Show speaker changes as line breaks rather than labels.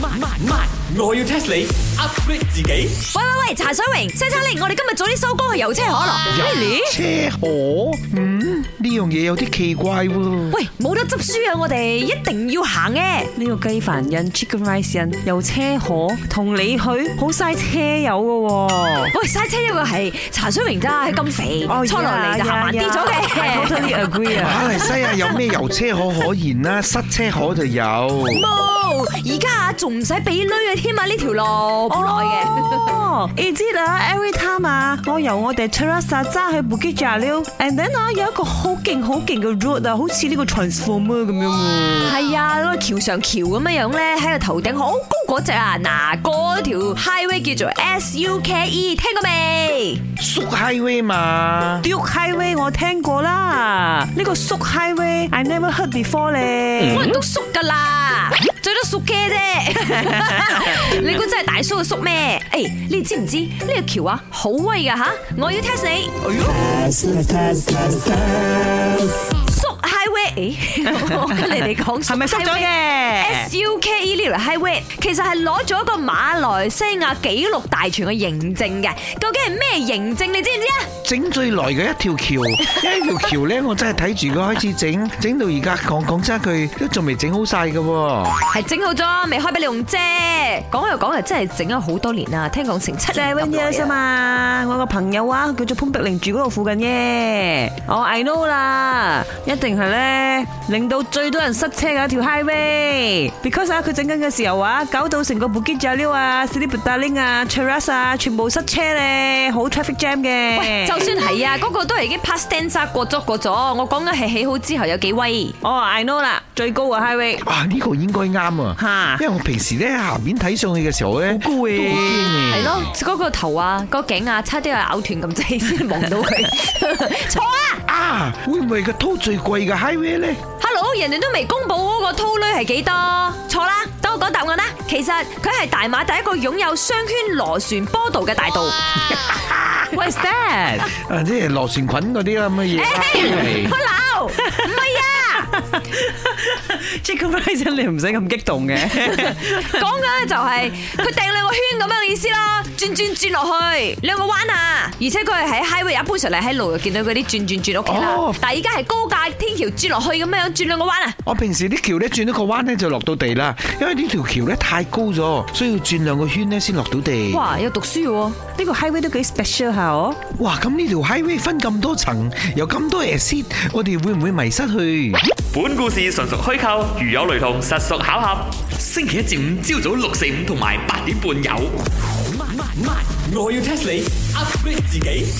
慢慢慢，我要 test 你 upgrade 自己。
喂喂喂，茶水榮、西餐令，我哋今日早啲收工去油車可樂。Really？
車河，嗯，呢樣嘢有啲奇怪喎。
喂，冇得執輸啊！我哋一定要行嘅。
呢個雞飯印 chicken rice 印有車河，同你去好嘥車油噶喎。
喂，嘥車呢個係茶水榮咋，咁肥，
哦
初落嚟就行慢啲咗
I
嘅。
totally agree 啊！
馬來西亞有咩油車河可言啦？塞車河就有。
冇，而家啊仲唔使俾女嘅添啊！呢條路冇耐嘅。
哦，你知啦，every time 啊，我由我哋 Terasa 揸去 Bukit Jalil，and then 啊有一個好勁好勁嘅 road 啊，好似呢個 transformer 咁樣喎。
係啊，嗰個橋上橋咁樣樣咧，喺個頭頂好高嗰只啊！嗱，嗰條 highway 叫做 SUKE，聽過未？
縮 highway 嘛。
Duke Highway 我聽過啦，呢個縮 Highway I never heard before 咧。
我人都縮噶啦，最多縮嘅 啫。你估真係大叔嘅縮咩？誒，你知唔知呢個橋啊好威噶吓？我要 test 你。縮 highway，誒 我跟你哋講，
係咪縮咗嘅？
S U K E 呢條 highway 其實係攞咗一個馬來西亞紀錄大全嘅認證嘅，究竟係咩認證？你知唔知啊？
整最耐嘅一條橋，一條橋咧，我真係睇住佢開始整，整到而家講講真一句，都仲未整好晒嘅喎。
係整好咗，未開俾你用啫。講又講又真係整咗好多年啦，啊聽講成七年咁
Seven
耐啊
years 啊嘛，我個朋友啊，佢叫做潘碧玲，住嗰度附近嘅。我 I know 啦，一定係咧令到最多人塞車嘅一條 highway。Because 啊，佢整緊嘅時候啊，搞到成個 Bukit Jalil 啊、Seri Petaling 啊、Cheras 啊，全部塞車咧，好 traffic jam 嘅。
就算係啊，嗰、個都係已經 past tense 啊過咗過咗。我講緊係起好之後有幾威。
哦，I know 啦，最高嘅 highway。
啊，呢個應該啱啊
嚇，
因為我平時咧下面睇上去嘅時候咧，
高嘅
都好
嗯
驚
係
嘅。
咯，嗰、個頭啊，個頸啊，差啲係咬斷咁滯先望到 佢。錯啊
啊，會唔會個套最貴嘅 highway 咧？
！Hello，人哋都未公布嗰個 t o 係幾多？錯啦，等我講答案啦。其實佢係大馬第一個擁有雙圈螺旋波道嘅大道。
What's that？
啊，即係螺旋菌嗰啲咁嘅嘢啦
誒，
係
我鬧，唔係啊！
Jacob Rice，你唔使咁激動嘅。
講緊咧就係佢掟兩個圈咁樣嘅意思啦，轉轉轉落去，你有冇玩啊？而且佢係喺 highway 一般上嚟喺路就見到嗰啲轉轉轉屋企啦
哦，
但係而家係高架天橋轉落去咁樣轉兩個彎啊！
我平時啲橋咧轉一個彎咧就落到地啦，因為呢條橋咧太高咗，需要轉兩個圈咧先落到地。
哇，有讀書喎！
呢個 highway 都幾 special 下哦。
哇！咁呢條 highway 分咁多層，有咁多 exit，我哋會唔會迷失去？
本故事純屬虛構，如有雷同，實屬巧合。
星期一至五朝早六四五同埋八點半有。慢慢慢，我要 test 你 upgrade 自己。